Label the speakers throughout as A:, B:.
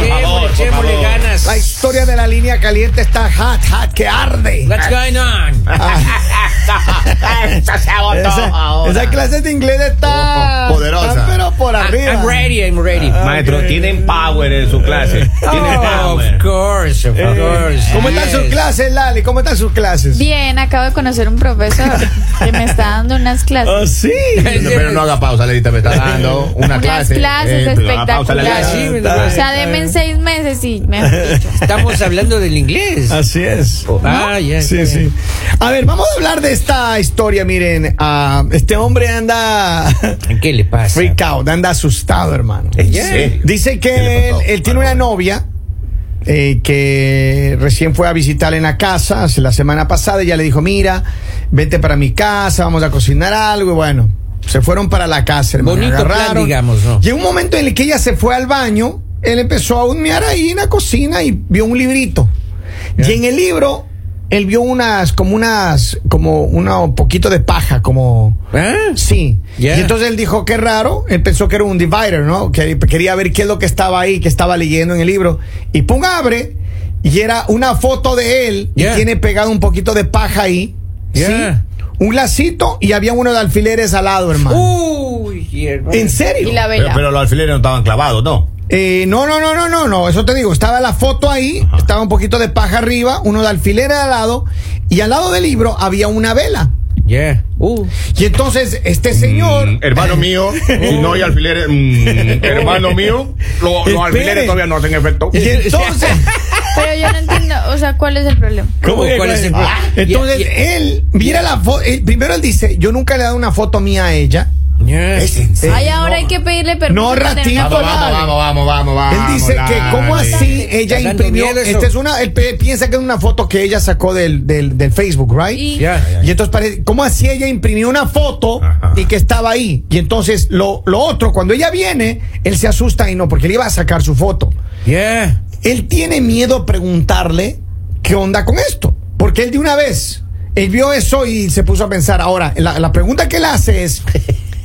A: Eh. Echémosle ganas.
B: La historia de la línea caliente está hot, hot, que arde.
A: What's going on?
C: Esto se agotó
B: Esa,
C: ahora.
B: esa clase de inglés está
C: Oh, poderosa.
B: está pero por arriba. Ah.
A: I'm ready, I'm ready.
D: Maestro, tienen power en su clase. Tienen
A: Oh,
D: power.
A: of course, of course.
B: Eh. ¿Cómo están sus
A: Yes.
B: clases, Lali? ¿Cómo están sus clases?
E: Bien, acabo de conocer un profesor que me está dando unas clases.
B: Oh, sí.
C: Pero, pero no haga pausa, Lerita, me está dando una
E: Unas
C: clase.
E: clases
B: eh,
C: pero haga pausa,
E: espectaculares.
C: Lerita.
A: Sí,
E: O sea, deme en seis meses y me
A: Estamos hablando del inglés.
B: Así es.
A: Ah, ya.
B: Sí, sí. A ver, vamos a hablar de esta historia. Miren, ah, este hombre anda
A: ¿Qué le pasa?
B: freak out, anda asustado, hermano.
D: ¿En serio?
B: Dice
C: ¿Qué le
B: que él,
C: pasó?
B: él tiene una novia eh, que recién fue a visitar en la casa hace la semana pasada y ya le dijo, mira, vete para mi casa, vamos a cocinar algo y bueno, se fueron para la casa. hermano,
A: Bonito plan,
B: agarraron.
A: digamos, ¿no?
B: Llegó un momento en el que ella se fue al baño, él empezó a humear ahí en la cocina y vio un librito. Y en el libro, él vio unas, como unas, como una- un poquito de paja, como...
A: ¿Ah?
B: Sí.
A: Yeah.
B: Y entonces él dijo, qué raro. Él pensó que era un divider, ¿no? Que quería ver qué es lo que estaba ahí, que estaba leyendo en el libro. Y pum, abre. Y era una foto de él.
A: Yeah.
B: Y tiene pegado un poquito de paja ahí.
A: Yeah.
B: ¿Sí? Un lacito y había uno de alfileres al lado, hermano.
A: Uh. Uy, hermano.
B: ¿En serio?
E: Y la
C: Pero,
E: vela.
C: pero los alfileres no estaban clavados, ¿no?
B: Eh, no, no, no, no, no, no. Eso te digo. Estaba la foto ahí.
C: Ajá.
B: Estaba un poquito de paja arriba. Uno de alfileres al lado. Y al lado del libro había una vela.
A: Yeah. Uh.
B: Y entonces este señor.
F: Mm, hermano mío, si no hay alfileres, mm, hermano mío, lo-
B: Espere.
F: los alfileres todavía no hacen efecto.
B: Y entonces.
E: Pero yo no entiendo, o sea, ¿cuál es el problema?
A: ¿Cómo que cuál es el
B: Ah,
A: problema?
B: Entonces,
A: Ya,
B: él mira la foto. Primero él dice, yo nunca le he dado una foto mía a ella.
A: Yeah.
B: Eh,
E: Ay, ahora hay que pedirle permiso.
B: No,
E: para tener una
B: ratito,
C: Vamos,
E: foto.
C: vamos, vamos, vamos, vamos,
B: él
C: vamos.
B: dice que
C: Lali.
B: cómo así ella
A: dando
B: imprimió.
A: miedo eso.
B: Esta es una, él pe- piensa que es una foto que ella sacó del, del, del Facebook, right?
E: Y-
A: Yeah.
B: Y entonces parece, ¿cómo así ella imprimió una foto
C: Ajá.
B: y que estaba ahí? Y entonces lo, lo otro, cuando ella viene, él se asusta y no, porque le iba a sacar su foto.
A: Yeah.
B: él tiene miedo a preguntarle qué onda con esto. Porque él de una vez, él vio eso y se puso a pensar. Ahora, la, la pregunta que él hace es,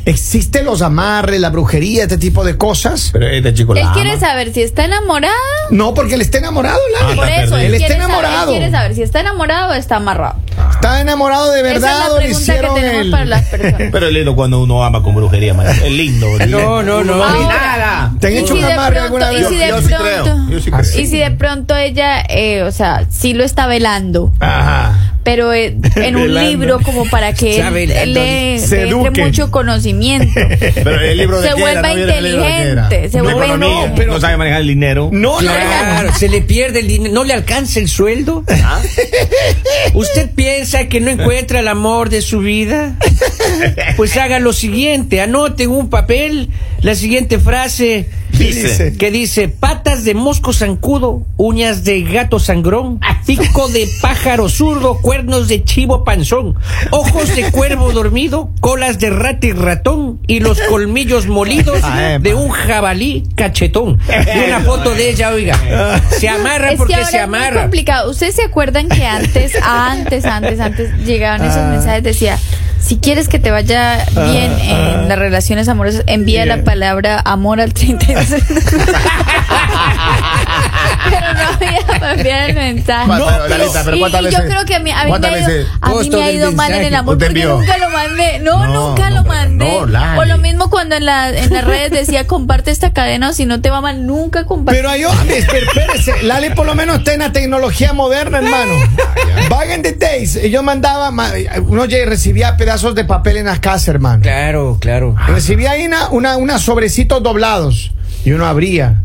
B: ¿existen los amarres, la brujería, este tipo de cosas?
C: Pero este chico la
E: Él
C: ama.
E: quiere saber si está enamorada.
B: No, porque él está enamorado, Lali.
E: Por eso,
C: perdido.
E: él,
B: Él está
E: quiere
B: enamorado.
E: Saber, él quiere saber si está enamorado o está amarrado.
B: Está enamorado de
E: Esa
B: verdad
E: es
B: o
E: la
B: le
E: pregunta que
B: hicieron
E: tenemos
B: el-
E: para las personas.
C: Pero es lindo cuando uno ama con brujería, maestro. Es lindo. es lindo.
A: No, no, no.
E: Ahora,
B: ¿Te han
E: ¿y
B: hecho
E: si
B: un
E: de
B: amarre
E: pronto-
B: alguna
E: y
B: vez?
E: si de
C: Yo sí creo,
E: pronto-
C: yo sí
B: Ah,
C: creo.
B: sí.
E: Y si de pronto ella, eh, o sea, sí lo está velando,
B: Ajá.
E: pero eh, en un
A: Velando.
E: libro como para que
A: Está
E: él-
A: velando.
E: le,
B: Se
E: le
B: eduque.
E: entre mucho conocimiento.
C: Pero el libro de
E: Se
C: quiera,
E: vuelva
C: no viene el libro de quiera.
E: inteligente, se
C: No,
E: vuelva
C: no, no,
E: inteligente.
C: No sabe manejar el dinero.
B: No, no,
A: Claro, se le pierde el dinero, no le alcanza el sueldo. ¿Usted piensa que no encuentra el amor de su vida? Pues haga lo siguiente, anote en un papel la siguiente frase
B: Dice.
A: que dice patas de mosco zancudo, uñas de gato sangrón, pico de pájaro zurdo, cuernos de chivo panzón, ojos de cuervo dormido, colas de rata y ratón y los colmillos molidos
B: Ah, eh,
A: de un jabalí cachetón. Y una foto de ella, oiga. Se amarra
E: Es que
A: porque
E: ahora
A: se
E: es muy
A: amarra.
E: complicado. ¿Ustedes se acuerdan que antes, antes, antes, antes llegaban esos
B: Ah.
E: mensajes? Decía, si quieres que te vaya bien
C: Ah,
E: en las relaciones amorosas, envía la palabra amor al 32. pero no había para enviar el mensaje.
C: No, pero, Lalita, pero
E: y,
C: ¿cuántas
E: y yo
C: veces?
E: creo que a mí, a mí me
C: ¿Cuántas
E: ha ido,
C: veces?
E: a mí
A: Costo
E: me ha
A: del
E: ido mal en el
A: mensaje.
E: amor
C: ¿Usted
E: porque
C: envió?
E: nunca lo mandé. No,
C: No,
E: nunca
C: no,
E: lo
C: pero
E: mandé.
C: no, Lali.
E: o lo mismo cuando en, la, en las redes decía comparte esta cadena o si no te va mal, nunca compartí.
B: Pero hay hombres, pero espérese, Lali por lo menos está en la tecnología moderna, hermano. Back in the days, yo mandaba, ma- uno ya recibía pedazos de papel en las casas, hermano.
A: Claro, claro,
B: Recibía ahí una, una, unas sobrecitos doblados y uno abría.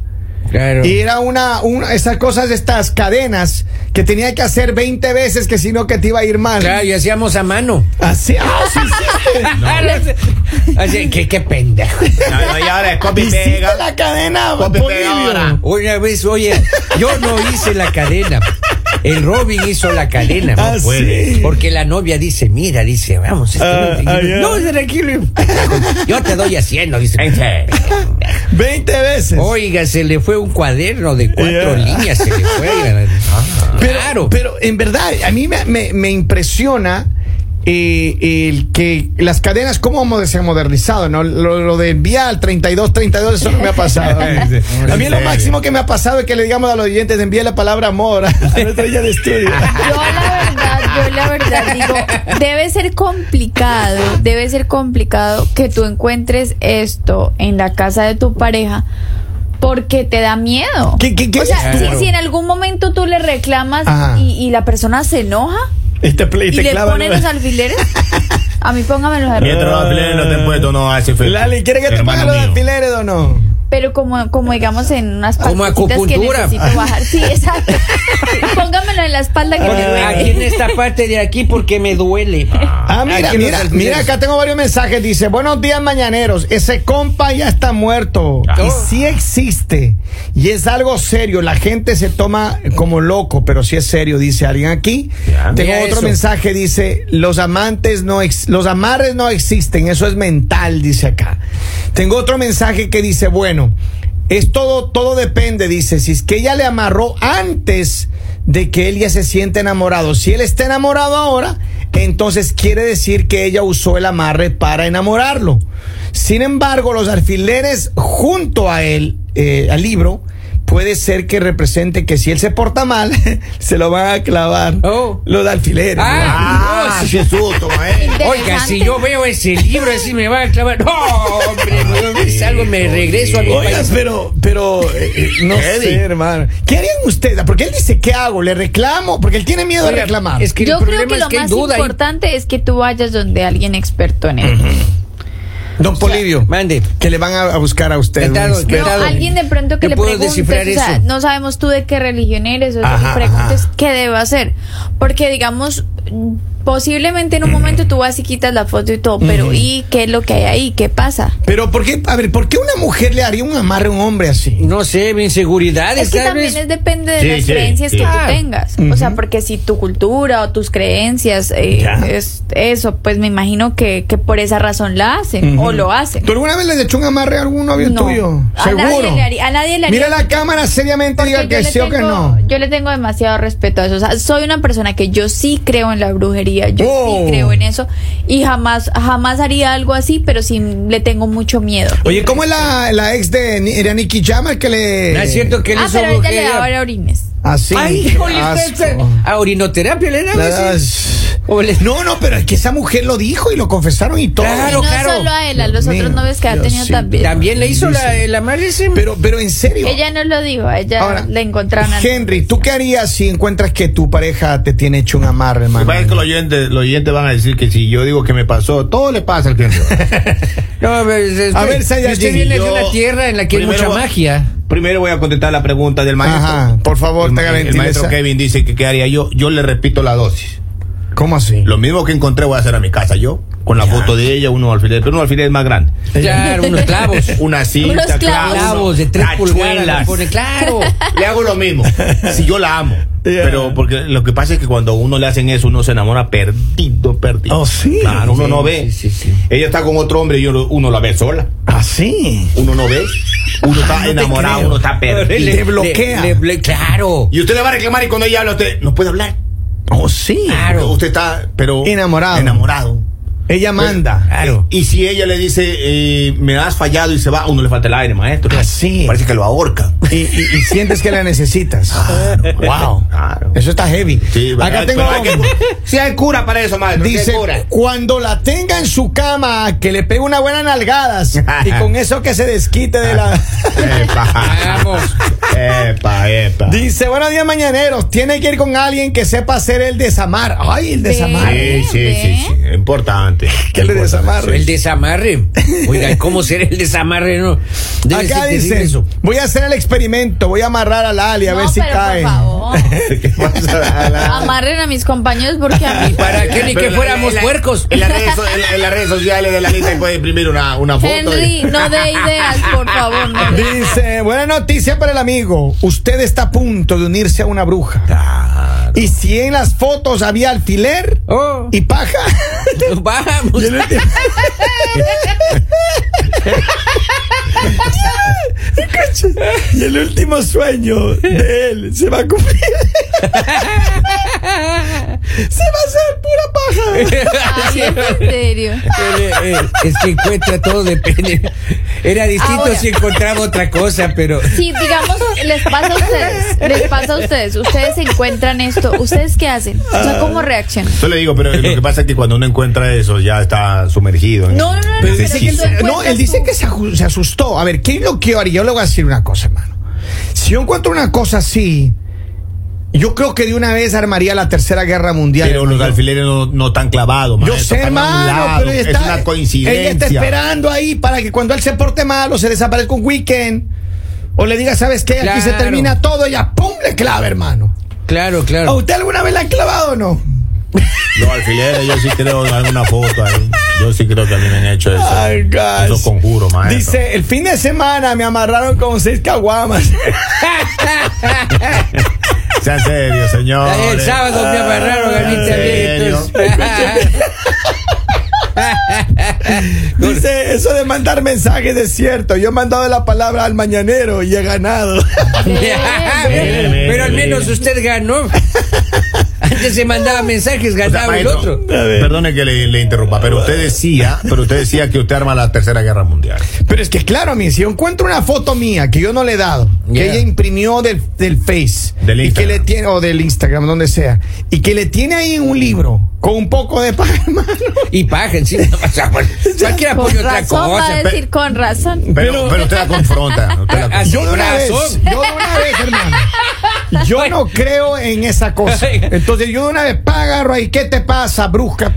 A: claro.
B: Y era una, una, esas cosas, estas cadenas que tenía que hacer 20 veces que si no que te iba a ir mal.
A: Claro, y hacíamos a mano.
B: Así, ah, sí, sí.
A: Así, qué, qué pendejo.
C: No, no, y ahora es copy y
B: Hiciste
C: pega.
B: la cadena,
C: Ponte
B: Polibio.
C: ahora.
A: Una vez, oye, yo no hice la cadena. El Robin hizo la cadena.
B: Ah,
A: ¿no?
B: sí.
A: Porque la novia dice, mira, dice, vamos. este
B: Ah,
A: no,
B: ah, ya.
A: No, tranquilo. Yo te doy haciendo, dice.
B: 20 veces.
A: Oiga, se le fue un cuaderno de cuatro
B: Ya.
A: líneas, se le fue. oiga.
B: Pero,
A: claro.
B: pero en verdad, a mí me, me- me impresiona eh, el que las cadenas, ¿cómo mo- se han modernizado? ¿no? Lo, lo de enviar 32, 32, eso no me ha pasado. A mí lo máximo que me ha pasado es que le digamos a los oyentes, envíe la palabra amor a nuestra ella de estudio.
E: Yo la verdad, yo la verdad digo, debe ser complicado, debe ser complicado que tú encuentres esto en la casa de tu pareja porque te da miedo.
B: ¿Qué- qué- qué
E: o sea,
B: es
E: si,
B: esto?
E: si en algún momento tú le reclamas
B: Ajá.
E: y, y la persona se enoja
B: Y te,
C: Este
B: pl- y
E: y,
B: te
E: le
B: clavan
E: ponen
B: una-
E: los alfileres, a mí póngame los alfileres.
C: Mientras los alfileres no estén puestos, no hace efecto.
B: Lali, ¿quiere que te
C: Hermano
B: pongan los
C: mío.
B: alfileres o no?
E: Pero como, como digamos en unas
A: Como
E: partecitas que
A: acupuntura.
E: necesito bajar. Sí, exacto. Póngamelo en la espalda que me duele.
A: Aquí en esta parte de aquí porque me duele.
B: Ah, mira,
A: Aquí los
B: mira,
A: alfileres.
B: mira, acá tengo varios mensajes. Dice, buenos días mañaneros, ese compa ya está muerto.
C: Ah.
B: Y sí existe. Y es algo serio. La gente se toma como loco, pero sí es serio, dice alguien aquí.
C: Ya.
B: Tengo
A: Mira
B: otro
A: eso.
B: mensaje, dice, los amantes no, ex- los amarres no existen, eso es mental, dice acá. Tengo otro mensaje que dice, bueno, es todo, todo depende, dice, si es que ella le amarró antes de que él ya se siente enamorado. Si él está enamorado ahora, entonces quiere decir que ella usó el amarre para enamorarlo. Sin embargo, los alfileres junto a él, eh, al libro, puede ser que represente que si él se porta mal, se lo van a clavar
A: Oh.
B: los alfileres.
A: Ah,
C: Ah, qué susto, maestro.
A: Oiga, si yo veo ese libro así me va a clavar. No, hombre, weón, me salgo, me regreso a mi
B: Oigan,
A: país.
B: pero, pero, eh, eh, no
C: Heavy.
B: sé, hermano. ¿Qué harían ustedes? Ah, Porque él dice, ¿qué hago? ¿Le reclamo? Porque él tiene miedo de
A: Oiga,
B: reclamar.
A: Es que
E: Yo
A: el
E: creo
A: problema
E: que
A: es
E: lo
A: que hay
E: más
A: duda. ahí.
E: importante es que tú vayas donde alguien experto en él.
B: Don Polivio,
A: Mande.
B: que le van a, a buscar a usted. un
A: Tratado,
B: experto.
E: No,
A: Claro.
E: alguien de pronto que
A: Yo
E: le
A: puedo
E: preguntes,
A: descifrar
E: o sea,
A: eso.
E: no sabemos tú de qué religión eres, o sea,
B: Ajá,
E: le preguntes qué debo hacer. Porque, digamos, mm, posiblemente en un momento tú vas y quitas la foto y todo, pero ¿y qué es lo que hay ahí? ¿Qué pasa?
B: Pero, ¿por qué? A ver, ¿por qué una mujer le haría un amarre a un hombre así?
A: No sé, mi inseguridad
E: Es que
A: tal
E: también
A: vez.
E: es depende de
C: Sí,
E: las
C: sí,
E: creencias
C: sí.
E: que tú
A: Claro.
E: tengas. O sea, porque si tu cultura o tus creencias eh,
B: Ya.
E: es eso, pues me imagino que, que por esa razón la hacen o lo hacen.
B: ¿Tú alguna vez le has hecho un amarre a algún novio
E: No.
B: tuyo?
E: A nadie
B: Seguro.
E: le haría- a nadie le haría-
B: Mira la cámara seriamente,
E: Porque
B: diga
E: yo
B: que
E: le
B: sí o que
E: tengo-
B: no.
E: Yo le tengo demasiado respeto a eso. O sea, soy una persona que yo sí creo en la brujería, yo
B: Oh.
E: sí creo en eso y jamás jamás haría algo así, pero sí le tengo mucho miedo.
B: Oye, ¿cómo es la, la ex de Ni- era Nicky Jam el que le.
A: No es cierto que él
E: ah,
A: hizo
E: pero ella le
A: brujería.
E: daba ahora orines.
B: Así.
A: Ay,
B: qué
A: híjole,
B: asco.
A: usted se- a orinoterapia le daba
B: La
A: ese.
B: das-
A: O le-
B: No, no, pero es que esa mujer lo dijo y lo confesaron y todo.
A: Claro.
E: y no solo a él, a
B: Dios
E: los otros
B: mío,
E: novios que ha
B: Dios
E: tenido
B: sí.
E: también.
A: También le hizo la, el amarre ese.
B: Pero, pero en serio.
E: Ella no lo dijo, a ella
B: Ahora,
E: le encontraron algo.
B: Henry, ¿tú qué harías si encuentras que tu pareja te tiene hecho un amarre,
C: Lo que pasa es que los
B: hermano?
C: oyentes, los oyentes van a decir que si yo digo que me pasó, todo le pasa al cliente.
A: No, a ver, usted,
B: A ver, Saiyajin,
A: usted viene de
C: yo-
A: una tierra en la que hay
C: Primero
A: mucha
C: voy-
A: magia.
C: Primero voy a contestar la pregunta del maestro.
B: Ajá, por favor,
C: El
B: te
C: ma-
B: garantizo.
C: El maestro Kevin dice que qué haría yo. Yo le repito la dosis.
B: ¿Cómo así?
C: Lo mismo que encontré voy a hacer a mi casa yo. Con la foto de ella, unos alfileres, pero unos alfileres más grandes.
A: Claro, unos clavos.
C: Una
E: Unos
C: cinta,
E: clavos.
A: Clavos de tres pulgadas. la
C: tachuelas.
A: pone- Claro.
C: Le hago lo mismo. Si yo la amo.
B: Yeah.
C: Pero porque lo que pasa es que cuando uno le hacen eso, uno se enamora perdido, perdido.
B: Oh, sí.
C: Claro, uno
B: Sí,
C: no ve.
A: sí, sí, sí.
C: Ella está con otro hombre y uno, uno la ve sola.
B: Así.
C: Uno no ve. Uno está enamorado,
B: creo.
C: uno está perdido.
B: Le bloquea.
A: le ble- claro.
C: Y usted le va a reclamar y cuando ella habla, usted no puede hablar.
B: Oh, sí.
A: Claro.
C: Usted está, pero.
B: Enamorado.
C: Enamorado.
B: Ella manda.
A: Claro.
C: Y si ella le dice, eh, me has fallado y se va, a uno le falta el aire, maestro.
B: Así.
C: Parece que lo ahorca.
B: Y, y- y sientes que la necesitas.
C: Wow.
B: Eso está heavy.
C: Sí,
B: Acá
C: ¿verdad?
B: tengo.
C: Pero hay que- Sí hay cura para eso, maestro. sí hay
B: Dice,
C: cura.
B: cuando la tenga en su cama, que le pegue una buena nalgadas y con eso que se desquite de la...
C: Epa.
A: Vamos.
C: Epa, epa.
B: Dice, buenos días mañaneros, tiene que ir con alguien que sepa hacer el desamar. Ay, el desamar.
C: Sí, sí, sí, sí. Importante.
B: Que le desamarre.
A: El desamarre. Oiga, ¿cómo será el desamarre? No. Debe
B: Acá
A: ser terrible
B: dice,
A: eso.
B: voy a hacer el experimento, voy a amarrar a Lali a
E: No,
B: ver si
E: pero
B: cae.
E: por favor,
C: ¿Qué pasa?
E: amarren a mis compañeros porque a mí
A: ¿Para qué ni
C: Pero
A: que
C: en la-
A: fuéramos
C: en la-
A: puercos?
C: En, las redes so- en la- en las redes sociales de la lista puede imprimir una, una foto.
E: Henry,
C: y-
E: no dé ideas, por favor. no.
B: Dice, buena noticia para el amigo, usted está a punto de unirse a una bruja. Y si en las fotos había alfiler
A: Oh,
B: y paja,
A: vamos.
B: y el último sueño de él se va a cumplir. se va a hacer pura paja.
E: Ay, es en serio.
A: Él, eh, es que encuentra todo depende. Era distinto
E: Ahora.
A: si encontraba otra cosa, pero.
E: Si, digamos, les pasa a ustedes, les pasa a ustedes, ustedes encuentran esto, ¿ustedes qué hacen? O sea,
A: Ah.
E: ¿cómo reaccionan?
C: Yo le digo, pero lo que pasa es que cuando uno encuentra eso ya está sumergido. en- este
E: No, no, no, no,
C: Pero
E: pero
C: sí,
E: que
C: sí.
E: tú encuentras
B: No, él dice
E: tú.
B: que se aju- se asustó. A ver, ¿qué es lo que yo haría? Yo le voy a decir una cosa, hermano. Si yo encuentro una cosa así, yo creo que de una vez armaría la tercera guerra mundial.
C: Pero los
B: hermano.
C: alfileres no, no están clavados,
B: Yo
C: maestro,
B: sé,
C: están a un
B: hermano,
C: lado,
B: pero está,
C: es una
B: Ella está
C: coincidencia.
B: esperando ahí para que cuando él se porte malo se desaparezca un weekend. O le diga, ¿sabes qué? Aquí se
A: Claro.
B: termina todo. Ella, ¡pum! le clava, hermano.
A: Claro,
B: ¿A
A: claro.
B: usted alguna vez la han clavado o no?
C: Los alfileres, yo sí creo en alguna foto ahí. Yo sí creo que a mí me han hecho eso.
B: Ay, gosh.
C: Esos conjuros, maestro.
B: Dice, el fin de semana me amarraron con seis caguamas.
C: Sean serios, señor.
A: El sábado me amarraron a mí
C: ¿en
B: Ah,
A: también.
C: serio?
A: entonces.
B: Dice, eso de mandar mensajes es cierto. Yo he mandado la palabra al mañanero y he ganado.
E: Bien.
A: Pero al menos usted ganó. Antes se mandaba mensajes,
C: O sea,
A: ganaba el
C: maestro,
A: otro.
C: Perdone que le, le interrumpa, pero usted decía, pero usted decía que usted arma la tercera guerra mundial.
B: Pero es que claro, mi, si yo encuentro una foto mía que yo no le he dado,
A: Yeah.
B: que ella imprimió del, del Face,
C: Del
B: y que
C: Instagram.
B: le tiene, o del Instagram, donde sea, y que le tiene ahí en un libro con un poco de paja, hermano.
A: Y paja encima. O sea, bueno, cualquiera
E: Con
A: pone otra
E: razón va a
A: cosa.
E: decir, con razón.
C: Pero, pero, usted la confronta. usted la confronta.
A: Ah,
B: Yo de una vez,
A: Razón.
B: yo de una vez, hermano. Yo no creo en esa cosa. Entonces yo de una vez págaro ahí, ¿qué te pasa, brusca?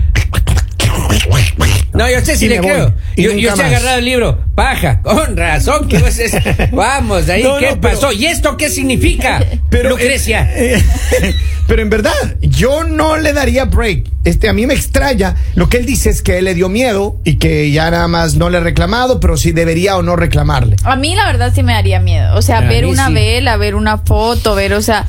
A: No, yo sé si
B: Y
A: le
B: me
A: creo.
B: voy. Y
A: Yo,
B: nunca
A: yo se he
B: más.
A: agarrado el libro. Paja, con razón. que vos es- Vamos, ahí,
B: No, no,
A: ¿qué
B: pero-
A: pasó? ¿Y esto qué significa?
B: Pero-
A: Lucrecia.
B: Eh, Pero en verdad, yo no le daría break. Este, a mí me extraña. Lo que él dice es que él le dio miedo y que ya nada más no le ha reclamado, pero si debería o no reclamarle.
E: A mí la verdad sí me daría miedo. O sea,
A: A
E: ver
A: mí
E: una
A: sí.
E: vela, ver una foto, ver, o sea,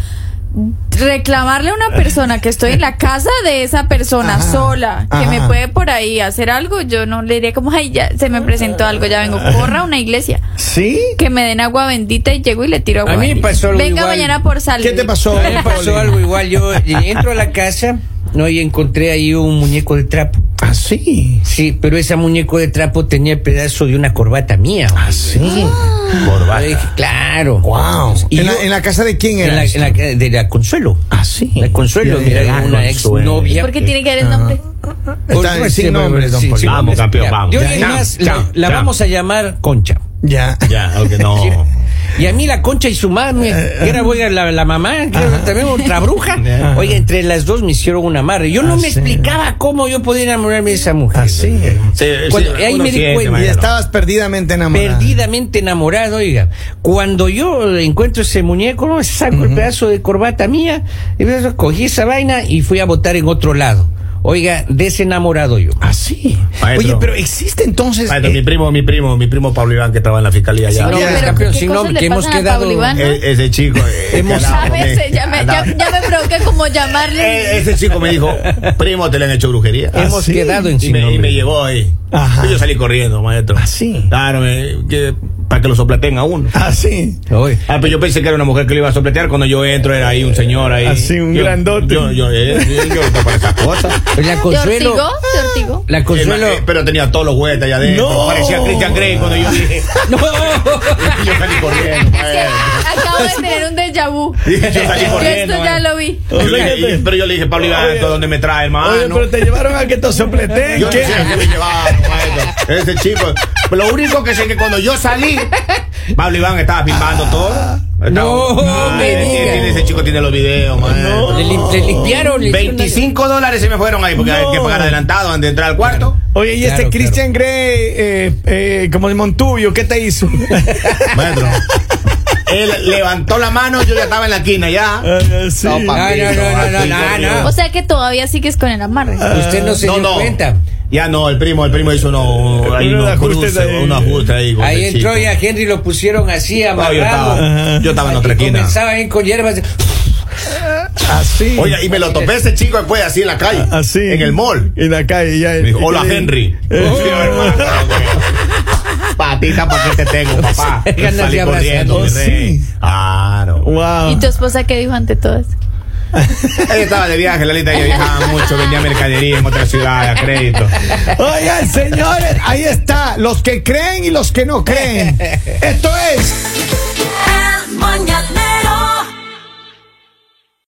E: reclamarle a una persona que estoy en la casa de esa persona
B: Ajá,
E: sola, que me
B: ajá.
E: puede por ahí hacer algo, yo no le diría como, ay, ya se me presentó algo, ya vengo, corra a una iglesia.
B: ¿Sí?
E: Que me den agua bendita y llego y le tiro agua.
A: A mí me
E: bendita.
A: pasó algo
E: Venga
A: igual.
E: mañana por salir.
B: ¿Qué te pasó?
A: A mí me pasó algo igual. Yo eh, entro a la casa ¿no? y encontré ahí un muñeco de trapo.
B: Así.
A: Sí, pero ese muñeco de trapo tenía el pedazo de una corbata mía. hombre. Sí.
C: Ah, Corbata.
A: Yo dije, claro.
B: Wow.
A: Y
B: ¿En,
A: yo-
B: la, en la casa de quién
A: En
B: era?
A: la, en la- de la Consuelo.
B: Así.
A: La Consuelo,
B: Ya,
A: mira,
B: ya,
A: una ex
C: Consuelo.
A: novia.
E: ¿Por qué tiene que ver el nombre?
B: Está
A: Por-
B: sin
A: sí,
B: nombres, don
A: sí,
B: Poli.
A: sí,
C: Vamos,
A: nombres.
C: campeón,
A: Ya.
C: vamos.
A: Yo
C: Ya,
A: es
C: ya,
A: más,
C: ya,
A: la, la
C: ya.
A: vamos a llamar Concha.
B: Ya.
C: Ya, ok, no.
A: Y a mí la Concha y su madre,
B: Eh,
A: que era oiga, la, la mamá, que era también otra bruja.
C: Ajá.
A: Oiga, entre las dos me hicieron un amarre. Yo no
B: Ah,
A: me
B: sí. Ah,
A: explicaba cómo yo podía enamorarme de esa mujer.
B: Así.
C: Sí,
A: Cuando-
C: sí,
A: ahí
C: uno
A: me di
C: siente,
A: cuenta.
B: Y
C: maestro.
B: estabas perdidamente enamorada.
A: Perdidamente enamorado, oiga. Cuando yo encuentro ese muñeco, ¿no? saco el pedazo de corbata mía, y luego cogí esa vaina y fui a votar en otro lado. Oiga, desenamorado yo.
C: ¿Ah,
B: Así.
C: Maestro.
B: Oye, pero existe entonces.
C: Maestro,
B: eh,
C: mi primo, mi primo, mi primo Pablo Iván que estaba en la fiscalía
A: Sin
C: ya.
A: nombre,
B: pero
A: campeón,
E: ¿qué
A: sin
E: cosas
A: nombre,
E: le
A: que hemos
E: pasan a
A: quedado.
E: Pablo Iván?
C: E- ese chico. eh,
A: Hemos-
C: que hablaba
E: A
C: con él,
E: veces ya me, ya,
C: andaba-
E: ya me provoca como llamarle.
C: Eh, ese chico me dijo, primo, te le han hecho brujería.
A: Hemos
B: sí.
A: quedado en
C: ¿Ah, Y
A: sin
C: me, y
A: nombre.
C: me llevó ahí.
B: Ajá.
C: Y yo salí corriendo, maestro.
B: sí.
C: Claro, me- que- para que lo soplateen a uno.
B: Así.
A: Oye,
C: Ah, pero yo pensé que era una mujer que le iba a sopletear. Cuando yo entro, era ahí un señor ahí.
B: Así, un
C: Yo-
B: grandote.
C: Yo, yo, eh, sí, yo, no para esas cosas.
A: pues La
E: ¿Te
A: Consuelo.
E: ortigó? ¿Te ortigó?
A: La Consuelo.
C: Eh, pero tenía todos los juguetes allá adentro.
B: No.
C: Parecía Christian Grey cuando yo dije.
A: No.
C: Yo salí corriendo. maestro.
E: Acabo de tener un déjà vu.
C: Eh. Sí, yo salí
E: Yo
C: corriendo.
E: esto ya
C: maestro.
E: lo vi.
C: Yo le dije- pero yo le dije, Pablo Iván,
B: Oye.
C: ¿esto dónde me trae, hermano?
B: Oye, pero te llevaron a que te sopleten.
C: Yo no
B: ¿qué?
C: sé a qué me llevaron, maestro. Ese chico. Lo único que sé es que cuando yo salí, Pablo Iván estaba filmando todo. Estaba-
A: No, me
C: él tiene-
A: digas.
C: tiene- Ese chico tiene los videos, maestro.
A: Le, lim- le limpiaron. le hicieron una-
C: 25 dólares se me fueron ahí porque
B: No.
C: hay que pagar adelantado antes de entrar al cuarto.
B: Oye, y
A: Claro,
B: este Christian Grey, eh, eh, como el Montubio, ¿qué te hizo?
C: Maestro. Él levantó la mano, yo ya estaba en la esquina ya.
B: Eh, sí.
C: No, pa-
A: Ah, No, no, no, no, no, no, no.
E: O sea que todavía sigues con el amarre.
A: Usted no se dio cuenta.
C: Ya no, el primo, el primo hizo unos ahí
B: Unos
C: unos
B: ajustes
C: cruces,
B: ahí.
C: unos ajustes ahí. con
A: Ahí
C: el
A: entró
C: chico.
A: y a Henry lo pusieron
C: No,
A: así
C: yo
A: amarrado.
C: estaba, yo estaba en otra
A: Y
C: esquina.
A: Comenzaba ahí con hierbas.
B: Así.
C: Oye, y me lo topé ese chico después así en la calle.
A: Ah,
B: así.
C: En el mall.
B: En la calle, ya.
C: Me dijo, hola Henry.
B: Eh,
C: Sí, hermano, ok. Patita, ¿para qué te tengo, papá?
A: Ganas de Oh,
C: Salí corriendo, mi
B: abrazarlo.
C: rey.
B: Sí.
C: Claro.
B: Wow.
E: ¿Y tu esposa qué dijo ante todo eso?
C: Ella estaba de viaje, Lalita, ella viajaba mucho, vendía mercadería en otras ciudades, a crédito.
B: Oigan, señores, ahí está. Los que creen y los que no creen. Esto es.
G: El mañanero